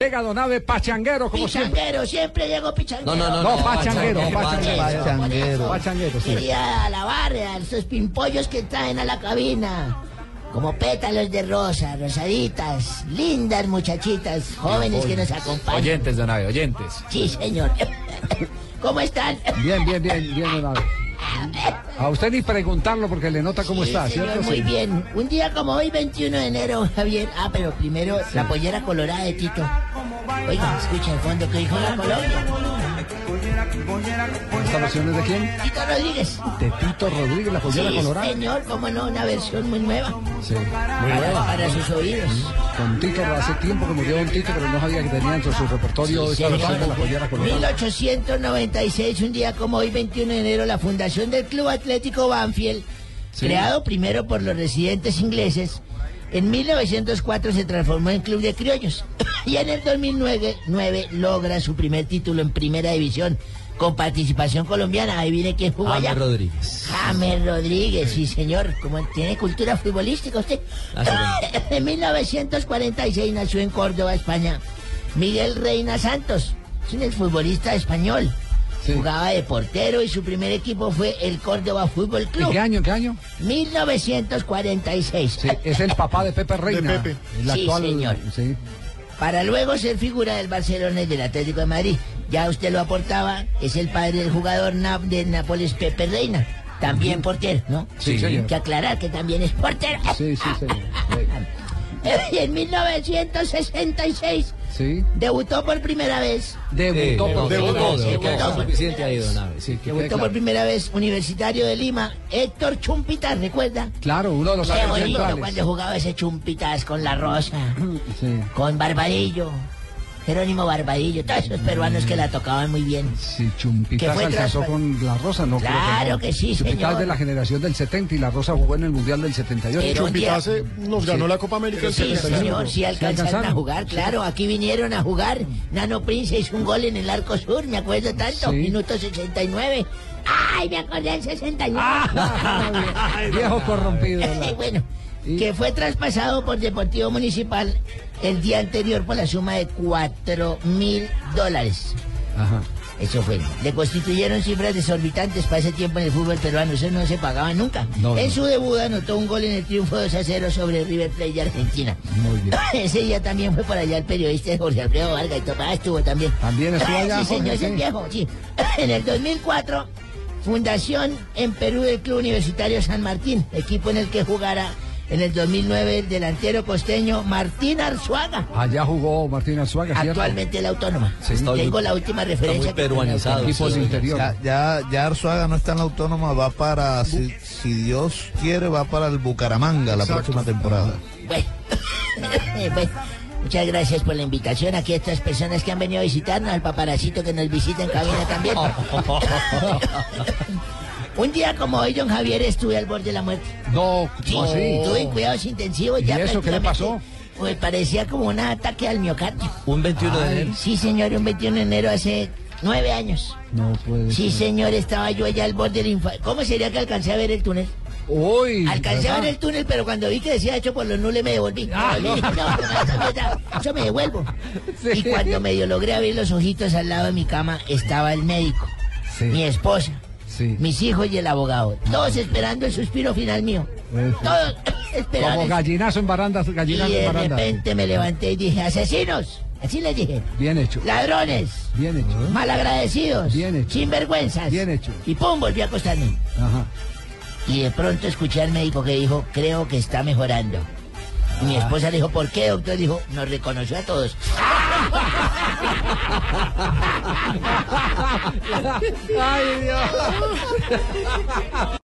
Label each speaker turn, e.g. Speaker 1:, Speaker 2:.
Speaker 1: Llega Donave Pachanguero, como siempre.
Speaker 2: Pichanguero, siempre llego pichanguero. No,
Speaker 1: No, Pachanguero, Pachanguero.
Speaker 2: Pachanguero.
Speaker 1: Pachanguero, sí.
Speaker 2: Quería alabar a esos pimpollos que traen a la cabina. Como pétalos de rosa, rosaditas, lindas muchachitas, jóvenes que nos acompañan.
Speaker 3: Oyentes, Donabe, oyentes.
Speaker 2: Sí, señor. ¿Cómo están?
Speaker 1: Bien, bien, bien, bien, Donave. A usted ni preguntarlo porque le nota cómo
Speaker 2: Sí,
Speaker 1: está,
Speaker 2: señor,
Speaker 1: ¿cierto?
Speaker 2: Muy
Speaker 1: Sí.
Speaker 2: bien. Un día como hoy, 21 de enero, Javier. Ah, pero primero la pollera colorada de Tito. Oiga, escucha el fondo que dijo la Colombia.
Speaker 1: ¿Esta versión es de quién?
Speaker 2: Tito Rodríguez.
Speaker 1: De Tito Rodríguez, la pollera
Speaker 2: Sí,
Speaker 1: colorada.
Speaker 2: señor, cómo no, una versión muy nueva.
Speaker 1: Sí.
Speaker 2: Para, para sus oídos.
Speaker 1: Con Tito, hace tiempo que murió un Tito, pero no sabía que tenía entre su repertorio
Speaker 2: Sí,
Speaker 1: esta versión de la
Speaker 2: señor.
Speaker 1: pollera colorada.
Speaker 2: 1896, un día como hoy, 21 de enero, la fundación del Club Atlético Banfield, creado primero por los residentes ingleses, en 1904 se transformó en Club de Criollos y en el 2009 nueve logra su primer título en Primera División con participación colombiana. Ahí viene quién jugó allá.
Speaker 3: Rodríguez.
Speaker 2: James Rodríguez, sí señor, como tiene cultura futbolística usted.
Speaker 1: Ah,
Speaker 2: en 1946 nació en Córdoba, España, Miguel Reina Santos, es un exfutbolista español.
Speaker 1: Sí.
Speaker 2: Jugaba de portero y su primer equipo fue el Córdoba Fútbol
Speaker 1: ¿En
Speaker 2: Club,
Speaker 1: qué año, en qué año?
Speaker 2: 1946.
Speaker 1: Sí, es el papá de Pepe Reina. El
Speaker 2: Sí,
Speaker 1: actual,
Speaker 2: señor.
Speaker 1: Sí.
Speaker 2: Para luego ser figura del Barcelona y del Atlético de Madrid. Ya usted lo aportaba, es el padre del jugador na- de Nápoles Pepe Reina, también portero, ¿no?
Speaker 1: Sí, señor.
Speaker 2: Hay que aclarar que también es portero.
Speaker 1: Sí, sí, señor.
Speaker 2: Y en 1966
Speaker 1: Sí.
Speaker 2: debutó por primera vez.
Speaker 1: Debutó por
Speaker 2: debutó,
Speaker 1: Sí,
Speaker 2: debutó.
Speaker 1: claro.
Speaker 3: Suficiente ahí, Donabe.
Speaker 1: Sí, que quede
Speaker 2: Debutó
Speaker 1: claro.
Speaker 2: por primera vez Universitario de Lima, Héctor Chumpitas, ¿recuerda?
Speaker 1: Claro, uno de los
Speaker 2: Qué
Speaker 1: años
Speaker 2: bonito
Speaker 1: centrales.
Speaker 2: cuando jugaba ese Chumpitas con La Rosa,
Speaker 1: Sí,
Speaker 2: con Barbadillo, Jerónimo Barbadillo, todos esos peruanos que la tocaban muy bien.
Speaker 1: sí,
Speaker 2: Que
Speaker 1: Chumpitas
Speaker 2: fue
Speaker 1: alcanzó
Speaker 2: tras-
Speaker 1: con La Rosa, ¿no? Creo
Speaker 2: Claro
Speaker 1: no.
Speaker 2: que sí,
Speaker 1: Chumpitas
Speaker 2: señor.
Speaker 1: de la generación del 70 y La Rosa jugó en el Mundial del 78.
Speaker 2: Pero un día-
Speaker 1: eh,
Speaker 4: Chumpitase nos ganó la Copa América en
Speaker 2: Sí,
Speaker 4: 75.
Speaker 2: señor, sí alcanzaron
Speaker 1: alcanzaron.
Speaker 2: a jugar, claro, aquí vinieron a jugar. Nano Prince hizo un gol en el arco sur, me acuerdo tanto,
Speaker 1: Sí.
Speaker 2: minuto 69. ¡Ay, me acordé del 69! ah,
Speaker 1: Viejo corrompido.
Speaker 2: Eh,
Speaker 1: la-
Speaker 2: bueno, que fue traspasado por Deportivo Municipal el día anterior por la suma de 4 mil dólares.
Speaker 1: Ajá.
Speaker 2: Eso fue. Le constituyeron cifras desorbitantes para ese tiempo en el fútbol peruano. Eso no se pagaba nunca.
Speaker 1: No,
Speaker 2: en
Speaker 1: no.
Speaker 2: su debut anotó un gol en el triunfo 2 a 0 sobre River Plate de Argentina.
Speaker 1: Muy bien.
Speaker 2: Ese día también fue para allá el periodista Jorge Alfredo Vargas y Tomás estuvo también.
Speaker 1: También estuvo allá,
Speaker 2: Sí, señor,
Speaker 1: Jorge,
Speaker 2: ese
Speaker 1: sí.
Speaker 2: viejo, sí. En el 2004, fundación en Perú del Club Universitario San Martín, equipo en el que jugara en el 2009 el delantero costeño Martín Arzuaga.
Speaker 1: Allá jugó Martín Arzuaga, ¿cierto?
Speaker 2: Actualmente la autónoma.
Speaker 1: Sí, está
Speaker 2: Tengo la última referencia. que tiene la
Speaker 3: peruanizado,
Speaker 2: Autónoma.
Speaker 1: Equipo del interior.
Speaker 5: Ya, ya, ya Arzuaga no está en la autónoma, va para, si, si Dios quiere, va para el Bucaramanga la próxima temporada.
Speaker 2: Bueno, bueno, muchas gracias por la invitación aquí a estas personas que han venido a visitarnos, al paparacito que nos visita en cabina también. Un día como hoy, don Javier, estuve al borde de la muerte.
Speaker 1: No,
Speaker 2: Sí,
Speaker 1: ¿cómo
Speaker 2: estuve
Speaker 1: así?
Speaker 2: en cuidados intensivos.
Speaker 1: ¿Ah, ¿Y
Speaker 2: ya
Speaker 1: eso qué le
Speaker 2: prácticamente,
Speaker 1: pasó?
Speaker 2: Pues parecía como un ataque al miocardio.
Speaker 3: Un 21 de enero.
Speaker 2: Sí, señor, un 21 de enero hace nueve años.
Speaker 1: No puede
Speaker 2: Sí,
Speaker 1: ser.
Speaker 2: señor, estaba yo allá al borde del infarto. ¿Cómo sería que alcancé a ver el túnel?
Speaker 1: Uy.
Speaker 2: Alcancé a
Speaker 1: ¿verdad?
Speaker 2: ver el túnel, pero cuando vi que decía hecho por los nules me devolví.
Speaker 1: Ah,
Speaker 2: Me devolví. No, no, no, no, Yo me devuelvo.
Speaker 1: Sí.
Speaker 2: Y cuando medio logré abrir los ojitos al lado de mi cama, estaba el médico,
Speaker 1: Sí.
Speaker 2: mi esposa,
Speaker 1: Sí.
Speaker 2: mis hijos y el abogado. Todos esperando el suspiro final mío.
Speaker 1: Eso.
Speaker 2: Todos
Speaker 1: Como
Speaker 2: esperando.
Speaker 1: gallinazo en barandas,
Speaker 2: Y
Speaker 1: gallinazo en
Speaker 2: de
Speaker 1: barandas.
Speaker 2: repente me levanté y dije, asesinos. Así les dije.
Speaker 1: Bien hecho.
Speaker 2: Ladrones.
Speaker 1: Bien hecho. ¿eh?
Speaker 2: Malagradecidos.
Speaker 1: Bien hecho.
Speaker 2: Sinvergüenzas.
Speaker 1: Bien hecho.
Speaker 2: Y pum, volví a acostarme.
Speaker 1: Ajá.
Speaker 2: Y de pronto escuché al médico que dijo, creo que está mejorando.
Speaker 1: Ah.
Speaker 2: Y mi esposa le dijo, ¿por qué, doctor? Dijo, nos reconoció a todos.
Speaker 1: Ay, Dios.